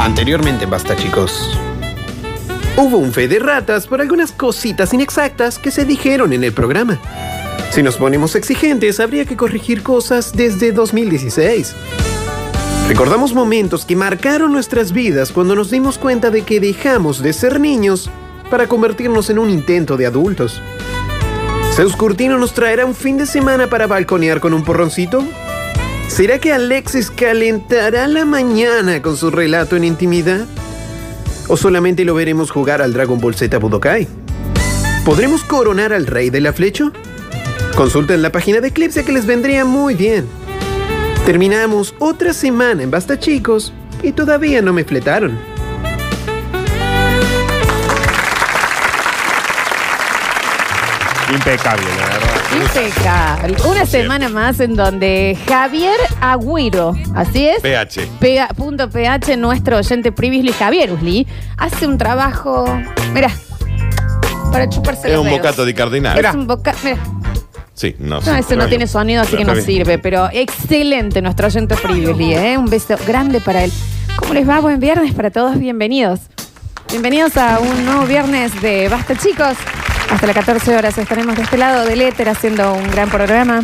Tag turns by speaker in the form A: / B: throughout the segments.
A: Anteriormente en Basta, chicos. Hubo un fe de ratas por algunas cositas inexactas que se dijeron en el programa. Si nos ponemos exigentes, habría que corregir cosas desde 2016. Recordamos momentos que marcaron nuestras vidas cuando nos dimos cuenta de que dejamos de ser niños para convertirnos en un intento de adultos. ¿Zeus Curtino nos traerá un fin de semana para balconear con un porroncito? ¿Será que Alexis calentará la mañana con su relato en intimidad? ¿O solamente lo veremos jugar al Dragon Ball Z Budokai? ¿Podremos coronar al rey de la flecha? Consulten la página de Eclipse que les vendría muy bien. Terminamos otra semana en Basta Chicos y todavía no me fletaron.
B: Impecable, la verdad.
C: Impecable. Una semana más en donde Javier Agüiro, así es,
B: PH.
C: pega- punto PH, nuestro oyente Privisli Javier Usli, hace un trabajo, mira, para chuparse
B: Es
C: los
B: un
C: dedos.
B: bocato de cardinal.
C: Es un boca- mira.
B: Sí, no
C: No, ese no tiene sonido, así que no
B: sí.
C: sirve, pero excelente nuestro oyente Privisli, ¿eh? Un beso grande para él. ¿Cómo les va? Buen viernes para todos, bienvenidos. Bienvenidos a un nuevo viernes de Basta Chicos. Hasta las 14 horas estaremos de este lado del éter haciendo un gran programa.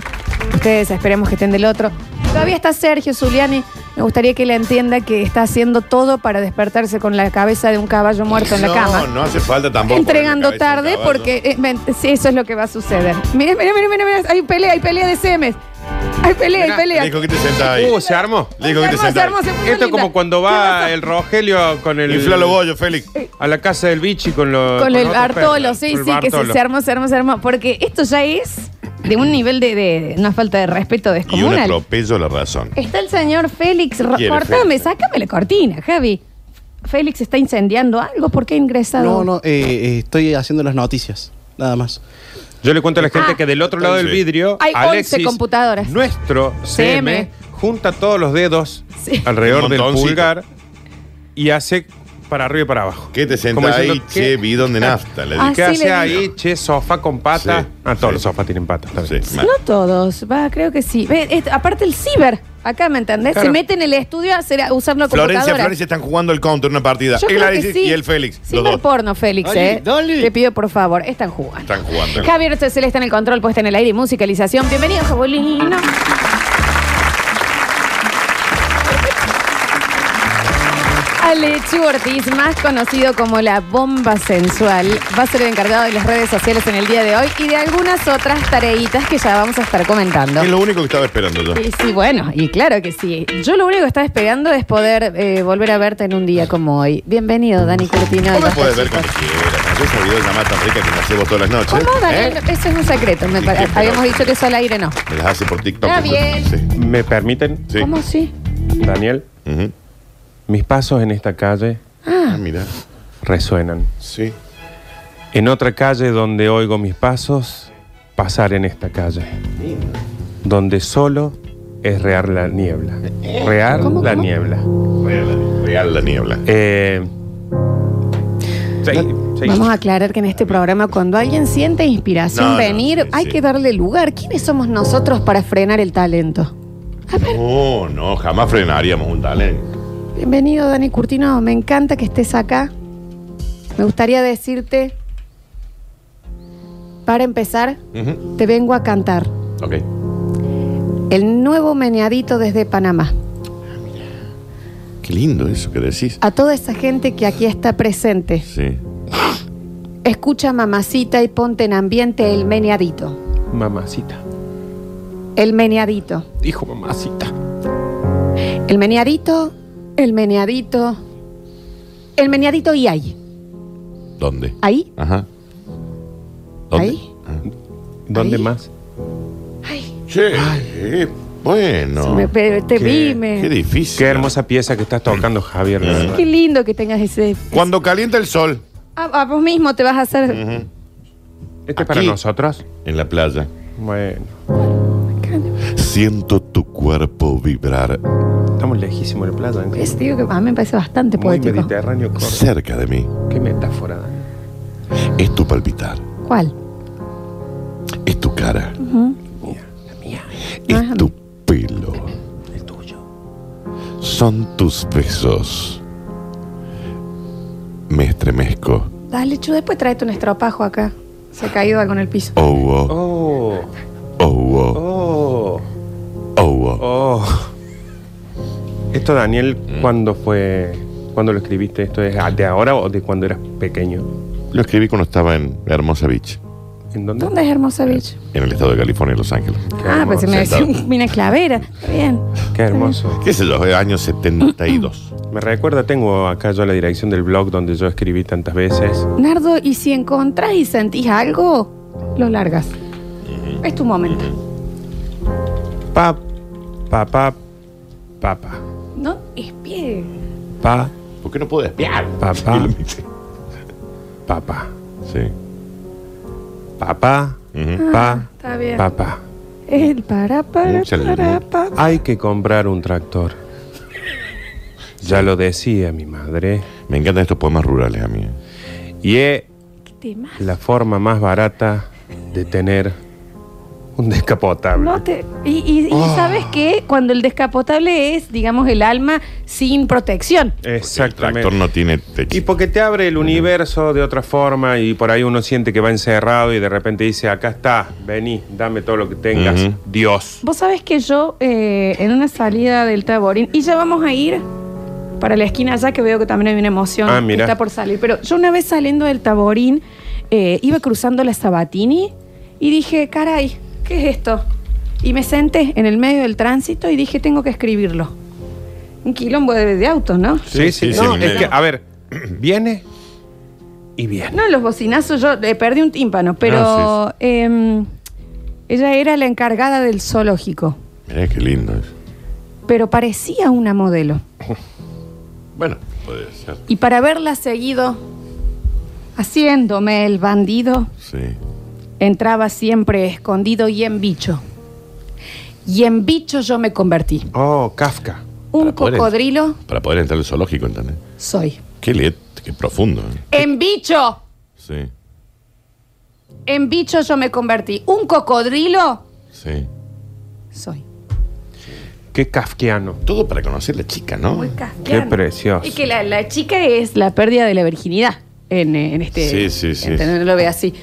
C: Ustedes esperemos que estén del otro. Todavía está Sergio Zuliani. Me gustaría que él entienda que está haciendo todo para despertarse con la cabeza de un caballo muerto en la cama.
B: No, no hace falta tampoco.
C: Entregando
B: ponerle cabeza a un
C: tarde
B: caballo.
C: porque eh, ven, sí, eso es lo que va a suceder. Mira, mira, mira, mira, hay pelea, hay pelea de semes. Hay pelea, hay
D: Mirá,
B: Le
C: pelea.
B: dijo que te sentás ahí.
D: Uh, se armó.
B: Le dijo que te
C: Se armó, se
B: sentás
C: armó, se puso
D: Esto es
C: linda.
D: como cuando va eh, el Rogelio con el.
B: ahí. Infla los bollos, Félix.
C: Eh,
D: A la casa del bichi con los.
C: Con el
D: otros
C: Bartolo,
D: perros,
C: sí,
D: con el
C: sí, que se,
D: Bartolo.
C: se armó, se armó, se armó. Porque esto ya es de un nivel de, de- una falta de respeto
B: Y un
C: descomunal.
B: atropello a la razón.
C: Está el señor Félix, Ro-
B: Quiere
C: cortame,
B: Félix.
C: sácame la cortina, Javi. Félix está incendiando algo, ¿por qué ha ingresado?
E: No, no, eh, eh, estoy haciendo las noticias, nada más.
D: Yo le cuento a la gente
C: Ah.
D: que del otro lado del
B: Sí.
D: vidrio.
C: Hay 11
D: Alexis,
C: computadoras.
D: Nuestro CM,
C: CM.
D: junta todos los dedos
C: Sí.
D: alrededor
B: Un
D: del
B: montoncito.
D: pulgar y hace para arriba y para abajo.
B: ¿Qué te
D: Como
B: sentás ahí,
D: diciendo,
B: che,
D: ¿qué-
B: bidón de nafta? Le
C: Ah,
B: dije.
D: ¿Qué
C: Así le
D: hace
C: digo.
D: ahí? Che, sofá con pata.
B: Sí,
D: ah, todos
B: sí.
D: los sofás tienen patas. está bien.
B: Sí, mal.
C: No todos, va, creo que sí. Ve, esto- aparte el ciber, acá, ¿me entendés? Se
D: Claro.
C: mete en el estudio a, hacer, a usar una
B: Florencia,
C: computadora.
B: Florencia están jugando el counter una partida.
C: Yo
B: El
C: creo que
B: Alexis
C: sí.
B: y el Félix.
C: Sin
B: Los
C: ver
B: dos
C: porno, Félix, ¿eh? Te pido por favor, están jugando.
B: están jugando.
C: Javier Cecel está en el control, puesta en el aire y musicalización. Bienvenido, Jabolino. Alechu Ortiz, más conocido como la bomba sensual, va a ser el encargado de las redes sociales en el día de hoy y de algunas otras tareitas que ya vamos a estar comentando.
B: Es lo único que estaba esperando yo.
C: Y sí, bueno, y claro que sí. Yo lo único que estaba esperando es poder eh, volver a verte en un día como hoy. Bienvenido, Dani Curtino.
B: Vos me
C: Basta,
B: podés ver
C: chicos.
B: cuando quieras. Yo esa videollamada tan rica que me hace vos todas las noches.
C: ¿Cómo, Daniel?
B: ¿eh?
C: Eso es un secreto. me
B: Sí,
C: pare-
B: qué pena.
C: Habíamos dicho que eso al aire no.
B: Me las hace por TikTok.
C: Está bien.
B: Sí.
D: ¿Me permiten,
B: sí.
C: ¿Cómo sí?
D: Daniel?
B: Ujú.
D: Mis pasos en esta calle
B: Ah, mira.
D: resuenan.
B: Sí.
D: En otra calle donde oigo mis pasos, pasar en esta calle. Donde solo es real la niebla. Real
C: ¿Cómo,
D: la
C: cómo?
D: niebla.
B: Real, real la niebla.
D: Eh, sí, sí.
C: Vamos a aclarar que en este programa, cuando alguien siente inspiración
B: No, no,
C: venir,
B: sí,
C: hay
B: sí.
C: que darle lugar. ¿Quiénes somos nosotros para frenar el talento? A ver,
B: No, no, jamás frenaríamos un talento.
C: bienvenido, Dani Curtino. Me encanta que estés acá. Me gustaría decirte, para empezar,
B: Ujú.
C: te vengo a cantar
B: Ok.
C: el nuevo meneadito desde Panamá.
B: Qué lindo eso que decís.
C: A toda esa gente que aquí está presente,
B: Sí.
C: escucha mamacita y ponte en ambiente el meneadito.
D: Mamacita.
C: El meneadito.
D: Dijo mamacita.
C: El meneadito, el meneadito, el meneadito y ahí.
B: ¿Dónde?
C: Ahí,
B: Ajá.
C: Ahí.
D: ¿Dónde
C: Ahí.
D: más?
B: Che, eh, bueno.
C: se me- pe- te
D: Qué-
C: vi, me-
B: Qué difícil.
D: Qué hermosa pieza que estás tocando, Javier. la
B: Mm.
D: verdad.
C: qué lindo que tengas ese...
B: Cuando calienta el sol
C: A, a vos mismo te vas a hacer...
B: Ujú.
D: ¿Este es para
B: Aquí.
D: nosotros?
B: en la playa,
D: Bueno,
B: siento tu cuerpo vibrar
D: estamos lejísimos de la playa. ¿eh?
C: Pues, digo que a mí me parece bastante
D: Muy
C: poético.
D: mediterráneo. corto.
B: cerca de mí.
D: Qué metáfora, Dani.
B: Es tu palpitar,
C: ¿Cuál?
B: es tu cara,
D: Mira, la mía.
B: es tu pelo, son tus besos. Me estremezco.
C: Dale, Chu, después tráete un estropajo acá. Se ha caído algo en el piso.
B: Oh, oh,
D: Oh,
B: oh, oh,
D: oh,
B: oh, oh.
D: oh. Esto, Daniel, ¿cuándo fue? ¿Cuándo lo escribiste? ¿Esto es de ahora o de cuando eras pequeño?
B: Lo escribí cuando estaba en Hermosa Beach,
D: ¿En dónde?
C: ¿Dónde es Hermosa Beach?
B: en el estado de California, Los Ángeles.
C: Ah, pues se me
B: hermoso.
C: decía mina clavera. Está bien.
D: Qué hermoso.
B: ¿Qué sé yo? Año 72.
D: Me recuerda, tengo acá yo la dirección del blog donde yo escribí tantas veces.
C: Nardo, y si encontrás y sentís algo, lo largas. Es tu momento.
D: Pa, pa, pa, papa.
C: No es pie.
D: Pa,
B: ¿Por qué no puedo espiar?
D: papá, papá,
B: Sí.
D: papá,
B: Ujú.
D: pa,
C: Está bien.
D: papá.
C: El para para
B: Mucha luna.
C: para pa.
D: Hay que comprar un tractor. Ya lo decía mi madre.
B: Me encantan estos poemas rurales a mí.
D: Y es
C: ¿Qué tema?
D: la forma más barata de tener un descapotable.
C: No te- y, y- y sabes que cuando el descapotable es, digamos, el alma sin protección.
B: El
D: Exactamente.
B: tractor no tiene techo.
D: Y porque te abre el universo de otra forma y por ahí uno siente que va encerrado y de repente dice, acá está, vení, dame todo lo que tengas,
B: Ujú.
D: Dios.
C: Vos sabés que yo, eh, en una salida del Taborín, y ya vamos a ir para la esquina allá, que veo que también hay una emoción
D: Ah,
C: que
D: mira.
C: está por salir. Pero yo una vez saliendo del Taborín, eh, iba cruzando la Sabatini y dije, caray, ¿qué es esto? Y me senté en el medio del tránsito y dije, tengo que escribirlo. Un quilombo de, de autos, ¿no?
D: Sí, sí,
B: sí, sí,
D: no,
B: en el
D: es que,
B: medio.
D: a ver, viene y viene.
C: No, los bocinazos, yo eh, perdí un tímpano, pero
B: Ah,
C: em, ella era la encargada del zoológico,
B: Mirá qué lindo es.
C: pero parecía una modelo.
B: Bueno, puede ser.
C: Y para verla seguido, haciéndome el bandido,
B: Sí.
C: entraba siempre escondido y en bicho. Y en bicho yo me convertí.
D: Oh, Kafka.
C: Un
B: Para poder-
C: cocodrilo
B: Para poder entrar al zoológico, ¿entendés?
C: soy.
B: Qué let, qué profundo. ¿eh?
C: En bicho,
B: Sí,
C: en bicho yo me convertí. Un cocodrilo
B: sí.
C: soy.
D: Qué kafkiano.
B: Todo para conocer la chica, ¿no? Ah,
C: Muy casqueano.
D: Qué precioso.
C: Y que la, la chica es la pérdida de la virginidad en, eh, en este.
B: Sí, sí, sí.
C: en- no lo ve así.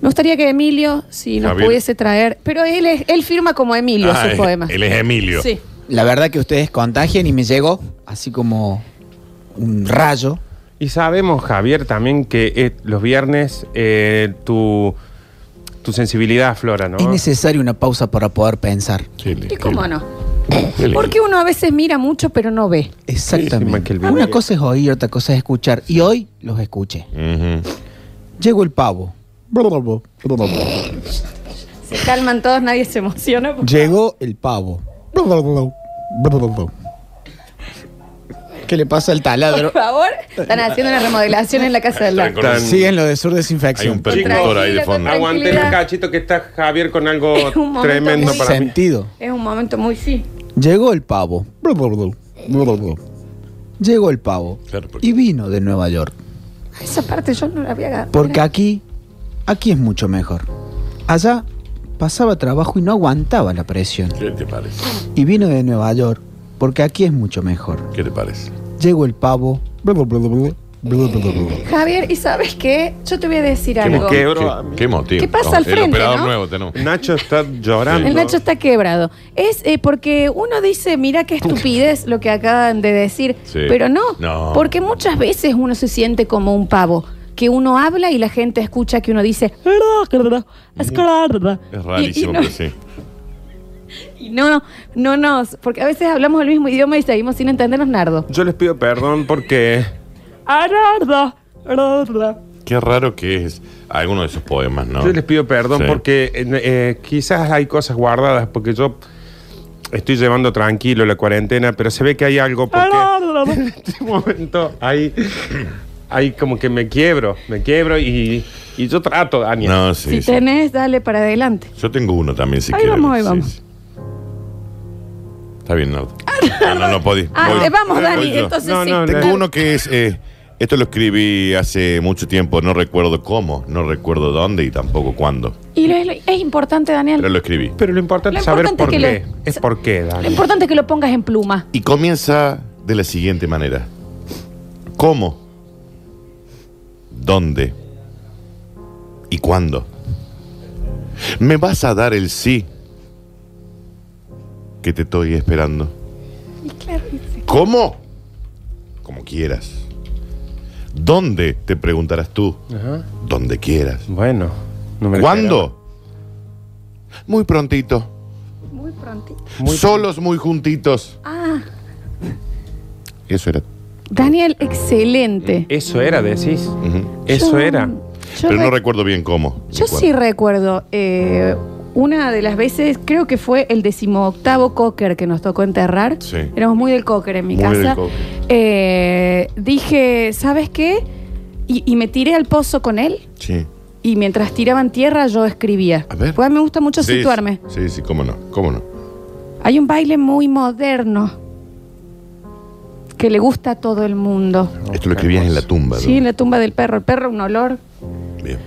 C: Me gustaría que Emilio, si nos
B: Javier.
C: pudiese traer. Pero él, es- él firma como Emilio
B: Ah,
C: sus
B: eh,
C: poemas.
B: Él es Emilio.
C: Sí.
F: La verdad que ustedes contagian y me llegó así como un rayo.
D: Y sabemos, Javier, también que eh, los viernes eh, tu, tu sensibilidad aflora, ¿no?
F: Es necesaria una pausa para poder pensar.
B: Qué lindo.
C: ¿Y cómo no?
B: Qué lindo.
C: Porque uno a veces mira mucho, pero no ve.
D: Sí, sí,
F: Exactamente.
D: Michael Bublé.
F: una cosa es oír, otra cosa es escuchar. Y hoy los escuché.
B: Ujú.
F: Llegó el pavo.
C: Se calman todos, nadie se emociona. porque-
F: Llegó el pavo. ¿Qué le pasa al taladro?
C: Por favor, están haciendo una remodelación en la casa del lado.
D: Tan-
F: Siguen lo de sur
B: Hay un
F: desinfección.
B: percutor ahí de fondo.
C: Tranquilo, tranquilo.
D: Aguanten un cachito que está Javier con algo
C: Es un momento
D: tremendo
C: muy-
D: para mí.
F: Sentido.
C: Es un momento muy sí.
F: Llegó el pavo. Llegó el pavo.
B: Claro, porque-
F: Y vino de Nueva York.
C: Esa parte yo no la había ganado.
F: Porque aquí, aquí es mucho mejor. Allá pasaba trabajo y no aguantaba la presión.
B: ¿Qué te parece?
F: Y vino de Nueva York, porque aquí es mucho mejor.
B: ¿Qué te parece?
F: Llegó el pavo.
C: Javier, ¿y sabes qué? Yo te voy a decir
B: ¿Qué,
C: algo.
B: mo-
D: Qué
B: qué,
D: bro- a mí.
B: qué motivo?
C: ¿Qué pasa al frente,
B: El operador
C: no?
B: nuevo tenemos.
D: Nacho está llorando.
C: El Nacho está quebrado. Es eh, porque uno dice, mira qué estupidez lo que acaban de decir,
B: Sí.
C: pero no,
B: No.
C: porque muchas veces uno se siente como un pavo, que uno habla y la gente escucha que uno dice, es claro.
B: Es
C: Y- y
B: rarísimo,
C: no-
B: pero sí.
C: y no, no nos, porque a veces hablamos el mismo idioma y seguimos sin entendernos nardo.
D: Yo les pido perdón porque
B: Qué raro que es alguno de sus poemas, ¿no?
D: Yo les pido perdón
B: Sí.
D: porque eh, eh, quizás hay cosas guardadas, porque yo estoy llevando tranquilo la cuarentena, pero se ve que hay algo porque en este momento hay, hay como que me quiebro, me quiebro y, y yo trato, Daniel.
B: No, sí.
C: si
B: sí.
C: tenés, dale para adelante.
B: Yo tengo uno también, si
C: Ahí
B: quieres.
C: vamos, ahí
B: Sí,
C: vamos.
B: sí. Está bien, Nardo. No, no, no podí.
C: Ah,
B: Voy-
C: eh, vamos, Dani,
B: voy yo.
C: entonces
D: No,
C: sí.
D: no,
B: Tengo
D: Dale.
B: uno que es. eh, esto lo escribí hace mucho tiempo, no recuerdo cómo, no recuerdo dónde y tampoco cuándo.
C: Y lo- lo- es importante, Daniel.
B: Pero
C: Lo,
B: lo escribí.
D: Pero lo importante
C: Lo
D: es saber
C: importante
D: por
C: es que
D: qué.
C: lo-
D: Es por qué, Daniel.
C: importante es que lo pongas en pluma.
B: Y comienza de la siguiente manera. ¿Cómo? ¿Dónde? ¿Y cuándo? ¿Me vas a dar el sí que te estoy esperando? ¿Cómo? Como quieras. ¿Dónde? Te preguntarás tú.
D: Ajá.
B: Donde quieras.
D: Bueno. no me lo
B: ¿Cuándo? Muy prontito.
C: Muy pronto.
D: esperaba. Muy-
B: Solos, muy juntitos.
C: Ah,
B: Eso era.
C: Daniel, excelente.
D: Eso era, decís.
B: Ujú.
D: Eh, Eso
C: Yo-
D: era.
C: yo
B: Pero no
C: re-
B: recuerdo bien cómo.
C: Yo
B: Ni
C: sí
B: cuándo.
C: recuerdo eh, una de las veces, creo que fue el decimoctavo cocker que nos tocó enterrar.
B: Sí.
C: Éramos muy del cocker en mi
B: Muy del
C: casa.
B: cocker.
C: Eh, dije, ¿sabes qué? Y, y me tiré al pozo con él
B: Sí.
C: y mientras tiraban tierra yo escribía.
B: A ver.
C: Pues me gusta mucho
B: Sí,
C: situarme.
B: Sí, sí, cómo no. Cómo no.
C: Hay un baile muy moderno que le gusta a todo el mundo.
B: Esto lo escribías en la tumba. ¿no?
C: Sí, en la tumba del perro. El perro, un olor.
B: Bien.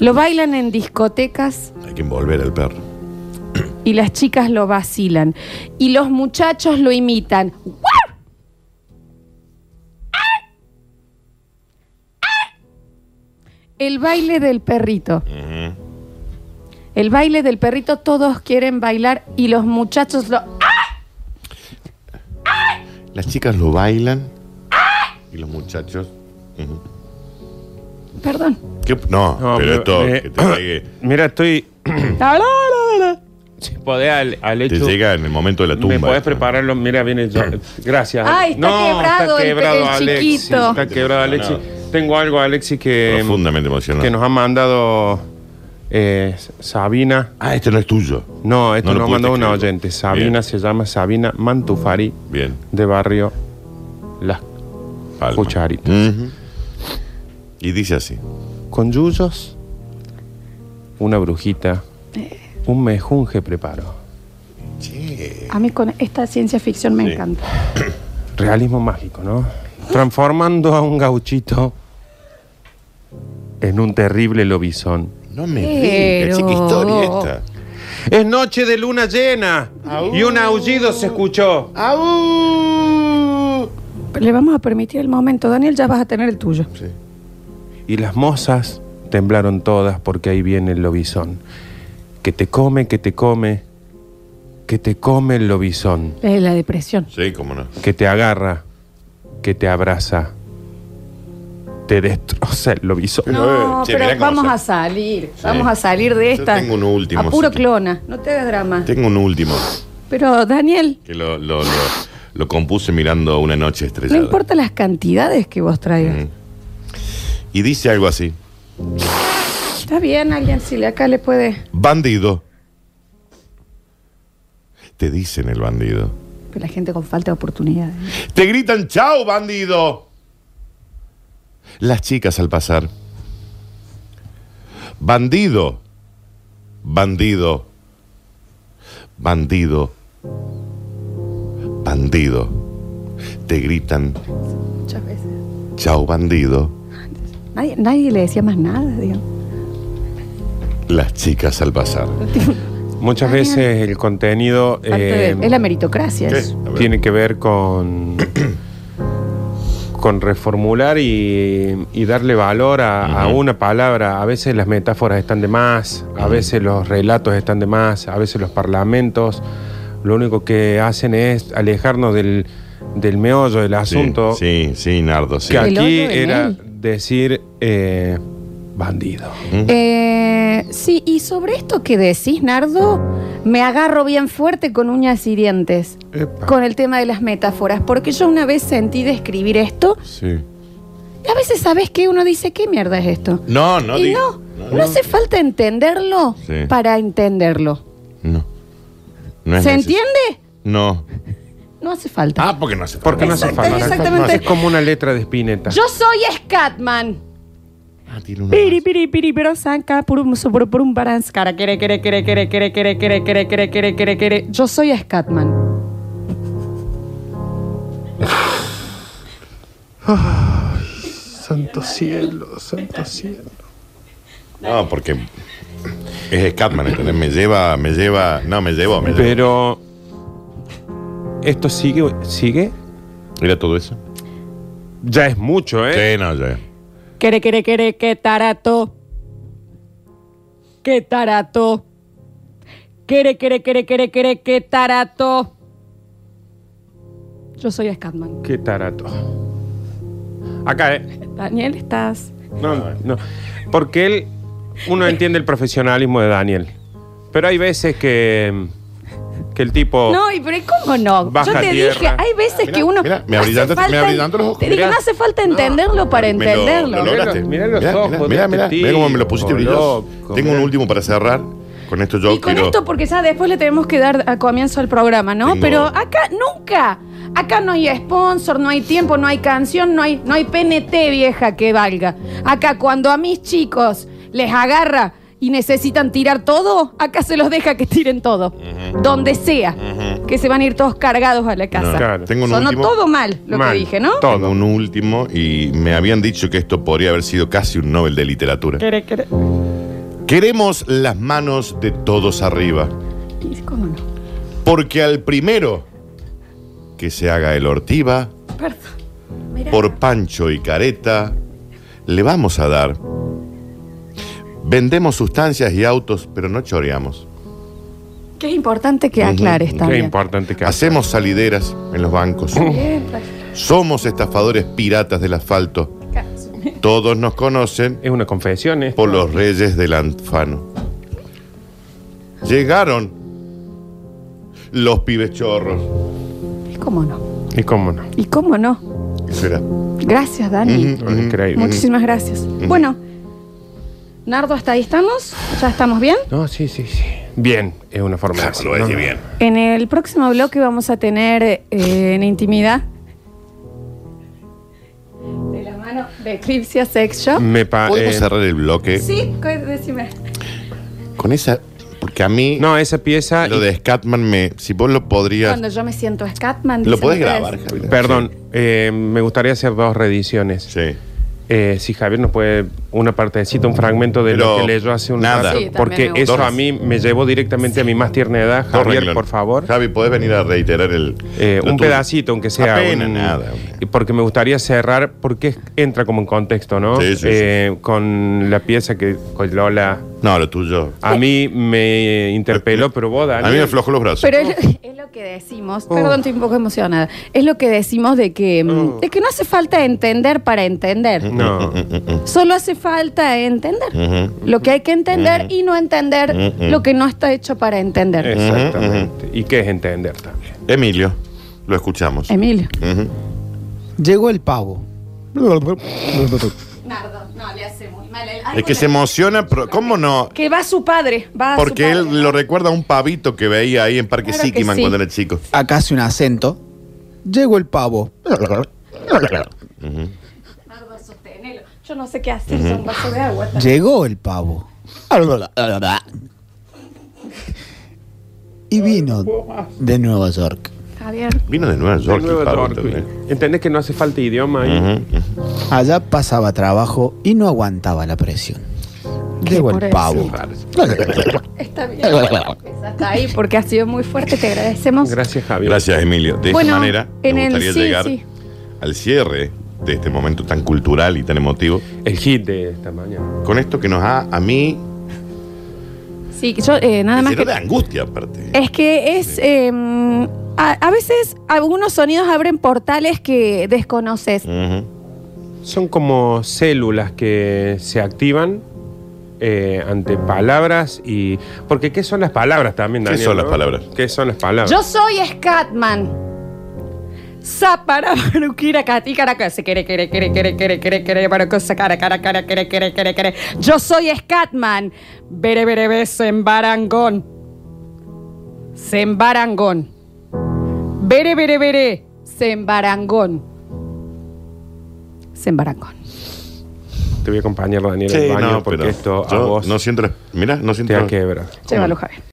C: Lo bailan en discotecas
B: Hay que envolver al perro.
C: y las chicas lo vacilan. Y los muchachos lo imitan. ¡Guau! ¡Ah! ¡Ah! El baile del perrito. El baile del perrito, todos quieren bailar y los muchachos lo. ¡Ah!
B: Las chicas lo bailan. Y los muchachos. Ujú.
C: Perdón.
B: ¿Qué? No,
D: No,
B: pero esto
D: eh,
B: que te, llegue,
D: Mira, estoy.
C: La, la, la, la.
D: Si podés al, al
B: te
D: hecho.
B: llega en el momento de la tumba.
D: Me podés
B: esto.
D: prepararlo. Mira, viene yo. Gracias.
C: Ay, está quebrado el- el
D: Alexis.
C: chiquito.
D: Está quebrado, Alexis. Tengo algo, Alexis, que,
B: Profundamente emocionado.
D: eh, que nos ha mandado eh, Sabina.
B: Ah, este no es tuyo.
D: No, esto
B: No lo
D: nos
B: pudiste
D: mandó una
B: escribir.
D: oyente. Sabina
B: Bien.
D: se llama Sabina Mantufari,
B: Bien.
D: de barrio Las
B: Palma.
D: Cucharitas.
B: Ujú. Y dice así.
D: Con yuyos, una brujita,
C: Eh.
D: un mejunje preparo.
C: A mí con esta ciencia ficción me
B: Sí.
C: encanta.
D: Realismo mágico, ¿no? Transformando a un gauchito en un terrible lobizón.
B: No me
C: Pero-
B: digas, che, qué historia esta.
D: Es noche de luna llena y un aullido se escuchó.
C: Le vamos a permitir el momento. Daniel, ya vas a tener el tuyo.
D: Y las mozas temblaron todas porque ahí viene el lobizón. Que te come, que te come, que te come el lobizón.
C: Es la depresión.
B: Sí, cómo no.
D: que te agarra, que te abraza, te destroza el lobizón.
C: No,
B: eh, Che, mirá
C: pero
B: cómo
C: vamos
B: se-
C: a salir. Vamos a salir de
B: Yo
C: esta.
B: tengo un último,
C: A puro
B: si
C: clona. No te hagas drama.
B: Tengo un último
C: Pero, Daniel,
B: que lo, lo, lo, lo compuse mirando una noche
C: no
B: estrellada.
C: importa las cantidades que vos traigas.
B: Mm. Y dice algo así.
C: Está bien, alguien si le- acá le puede.
B: Bandido. Te dicen el bandido.
C: Pero la gente con falta de oportunidades.
B: Te gritan, chao, bandido. Las chicas al pasar. Bandido. Bandido. Bandido. Bandido. Te gritan,
C: Muchas veces.
B: chao, bandido.
C: Nadie, nadie le decía más nada, digo.
B: Las chicas al pasar.
D: Muchas veces el contenido
C: Parte
D: eh,
C: de- es la meritocracia. eso.
B: A ver.
D: tiene que ver con con reformular y, y darle valor a, a
B: Ujú.
D: una palabra. A veces las metáforas están de más, a veces los relatos están de más, a veces los parlamentos lo único que hacen es alejarnos del, del meollo del
B: Sí,
D: asunto.
B: Sí, sí, Nardo, sí.
D: Que
C: El hoyo
D: aquí
C: de
D: era
C: Nel.
D: decir eh, bandido.
C: Eh, sí, y sobre esto que decís, Nardo, me agarro bien fuerte con uñas y dientes.
D: Epa.
C: Con el tema de las metáforas. Porque yo una vez sentí de escribir esto.
B: Sí.
C: Y a veces, ¿sabes qué? Uno dice, ¿qué mierda es esto?
B: No, no
C: y
B: digas.
C: no, no, hace falta entenderlo
B: Sí.
C: para entenderlo.
B: No. No es
C: ¿Se
B: neces-
C: entiende?
B: No.
C: No hace falta.
B: Ah, porque no hace falta.
D: Porque no hace
C: Exacta-
D: falta.
C: exactamente.
D: No hace- Es como una letra de espineta.
C: Yo soy Scatman.
B: Ah, tiene una
C: Piri,
B: más.
C: piri, piri, pero sanca, purum, supuru, purum, barans, cara, quere, quere, quere, quere, quere, quere, quere, quere, quere, quere, quere, quere. Yo soy Scatman.
D: Santo cielo, santo cielo.
B: No, porque es Scatman, ¿entendés? Me lleva, me lleva. No, me llevó, me llevó.
D: Pero esto sigue, sigue.
B: ¿Era todo eso?
D: Ya es mucho, ¿eh?
B: Sí, no, ya.
C: Quere, quere, quere, qué tarato. Qué tarato. Quere, quere, quere, quere, quere, qué tarato. Yo soy Scatman.
D: Qué tarato. Acá, ¿eh?
C: Daniel, estás.
D: No, no, no. Porque él, uno entiende el profesionalismo de Daniel. Pero hay veces que, que el
B: Oh.
D: tipo...
C: No, y pero ¿y ¿cómo no?
D: Baja
C: Yo te
D: tierra.
C: dije, hay veces
B: Ah, Mirá,
C: que uno.
B: mirá, me
C: no
B: abrillanta-
C: hace
B: me
C: falta-
B: abrillanta los ojos.
C: Te dije,
D: Mirá.
C: no hace falta entenderlo para
B: Me lo-
C: entenderlo.
B: lo lograste.
D: Mirá los
B: Mirá,
D: ojos
B: mirá,
D: de
B: mirá,
D: este
B: mirá, mirá cómo me lo pusiste
D: tipo,
B: brilloso.
D: loco,
B: Tengo un
D: mirá.
B: último para cerrar. Con esto yo
C: y con
B: quiero-
C: esto, porque ya después le tenemos que dar a comienzo al programa, ¿no?
B: Tengo-
C: Pero acá nunca. Acá no hay sponsor, no hay tiempo, no hay canción, no hay, no hay PNT vieja que valga. Acá cuando a mis chicos les agarra y necesitan tirar todo, acá se los deja que tiren todo. Donde sea.
B: Ujú.
C: Que se van a ir todos cargados a la
B: No,
C: casa.
D: Claro.
B: Tengo un
C: Sonó
B: último.
C: todo mal lo
D: Mal.
C: que dije, ¿no?
D: Todo.
B: Tengo un último y me habían dicho que esto podría haber sido casi un Nobel de literatura.
C: Quere, quere.
B: Queremos las manos de todos arriba,
C: Y, ¿Cómo no?
B: porque al primero que se haga el ortiva,
C: Perdón. Mirá.
B: por Pancho y Careta, le vamos a dar. Vendemos sustancias y autos, pero no choreamos.
C: Que es importante que
B: Ujú.
C: aclares
B: Qué
D: Qué
C: también.
D: importante que hace.
B: Hacemos salideras en los bancos.
C: Bien, pues,
B: Somos estafadores piratas del asfalto. Todos nos conocen
D: Es una confesión, ¿eh?
B: por los reyes del anfano. Llegaron los pibes chorros.
C: ¿Y cómo no?
D: ¿Y cómo no?
C: ¿Y cómo no?
B: Eso era.
C: Gracias, Dani.
B: Ujú, ujú.
D: Increíble.
C: Muchísimas gracias. Bueno, Nardo, hasta ahí estamos. ¿Ya estamos bien?
D: No, sí, sí, sí. Bien, es una forma
B: Claro, lo decís
D: ¿no?
B: bien.
C: En el próximo bloque vamos a tener eh, en intimidad de la mano de Eclipse Sex
B: Mm.
C: Shop.
D: Me pa-
B: ¿Podemos
D: eh,
B: Ah, cerrar el bloque
C: Sí, co- decime.
B: con esa? Porque a mí
D: No, ah, esa pieza.
B: lo de Scatman me. Si vos lo podrías.
C: Cuando yo me siento Scatman.
B: Lo
C: dicen
B: podés
C: ustedes.
B: grabar, Javier.
D: Perdón, eh, me gustaría hacer dos reediciones.
B: Sí.
D: Eh, si Javier nos puede una partecita, un fragmento de
B: Pero
D: lo que leyó hace un
B: nada.
D: rato,
B: Sí,
C: también me
D: porque
C: gusta.
D: eso
B: Dos.
D: a mí me llevó directamente a mi más tierna edad.
B: Dos
D: Javier,
B: renglones.
D: por favor,
B: Javi, podés venir a reiterar el.
D: eh,
B: lo
D: un
B: tuyo?
D: pedacito, aunque sea
B: Apenas
D: un-
B: nada. hombre.
D: y Porque me gustaría cerrar, porque es- entra como en contexto, ¿no?
B: Sí, sí,
D: Eh, Con la pieza que con Lola
B: No, lo tuyo.
D: a mí me interpeló, pero vos, Daniel,
B: A mí me aflojó los brazos.
C: Pero es, es lo que decimos,
B: Oh.
C: perdón, estoy un poco emocionada. Es lo que decimos de que,
B: Oh.
C: mm, de que no hace falta entender para entender.
B: Mm.
D: No.
C: Solo hace falta entender
B: Ujú.
C: lo que hay que entender
B: Mm.
C: y no entender
B: Ujú.
C: lo que no está hecho para entender.
B: Eh.
D: Exactamente. Y qué es entender también.
B: Emilio, lo escuchamos. Mm,
C: Emilio.
B: Ujú.
F: Llegó el pavo.
C: Nardo, no, le hace muy mal.
B: Es que se emociona, pero ¿cómo no?
C: Que va su padre, va
B: Porque
C: Ah, su padre.
B: él lo recuerda a un pavito que veía ahí en Parque
C: Claro que
B: Sikiman
C: sí.
B: cuando era chico.
F: Acá hace un acento. Llegó el pavo.
B: Ujú.
C: Nardo, sostenelo. Yo no sé qué hacer, son vasos de agua.
F: Llegó el pavo. Y vino de Nueva York.
C: Javier.
B: Vino de Nueva York. el pavito, ¿eh?
D: ¿Entendés que no hace falta idioma ahí?
B: Ujú, ujú.
F: Allá pasaba trabajo y no aguantaba la presión.
C: Qué
F: Llegó
C: por
F: el
C: eso.
F: pavo.
C: Está bien. Es hasta ahí, porque ha sido muy fuerte, te agradecemos.
D: Gracias, Javier.
B: Gracias, Emilio. De
C: Bueno,
B: esta manera,
C: en
B: me
C: el-
B: gustaría
C: sí,
B: llegar
C: sí.
B: al cierre de este momento tan cultural y tan emotivo
D: El hit de esta mañana.
B: con esto que nos ha, a mí,
C: Sí, yo eh, nada más
B: me
C: que...
B: de angustia, aparte.
C: Es que es. eh, a, a veces algunos sonidos abren portales que desconoces.
B: Mm. Ujú.
D: Son como células que se activan eh, ante palabras y. Porque, ¿qué son las palabras también,
B: ¿Qué
D: Daniel?
B: son
D: no?
B: las palabras?
D: ¿Qué son las palabras?
C: Yo soy Scatman. Zapara baruquira cati cara cara, se quere quere quere quere quere quere quere barucosa cara cara cara quere quere quere quere. Yo soy Scatman. Bere bere beso en barangón. Se en barangón. Bere bere bere se en barangón. Se en barangón.
D: Te voy a acompañar, Daniel,
B: Sí,
D: al baño
B: no,
D: porque
B: pero
D: esto a
B: yo
D: vos
B: no siento... Mira, no siento...
D: te ha quebrado.
C: Llévalo, Javier.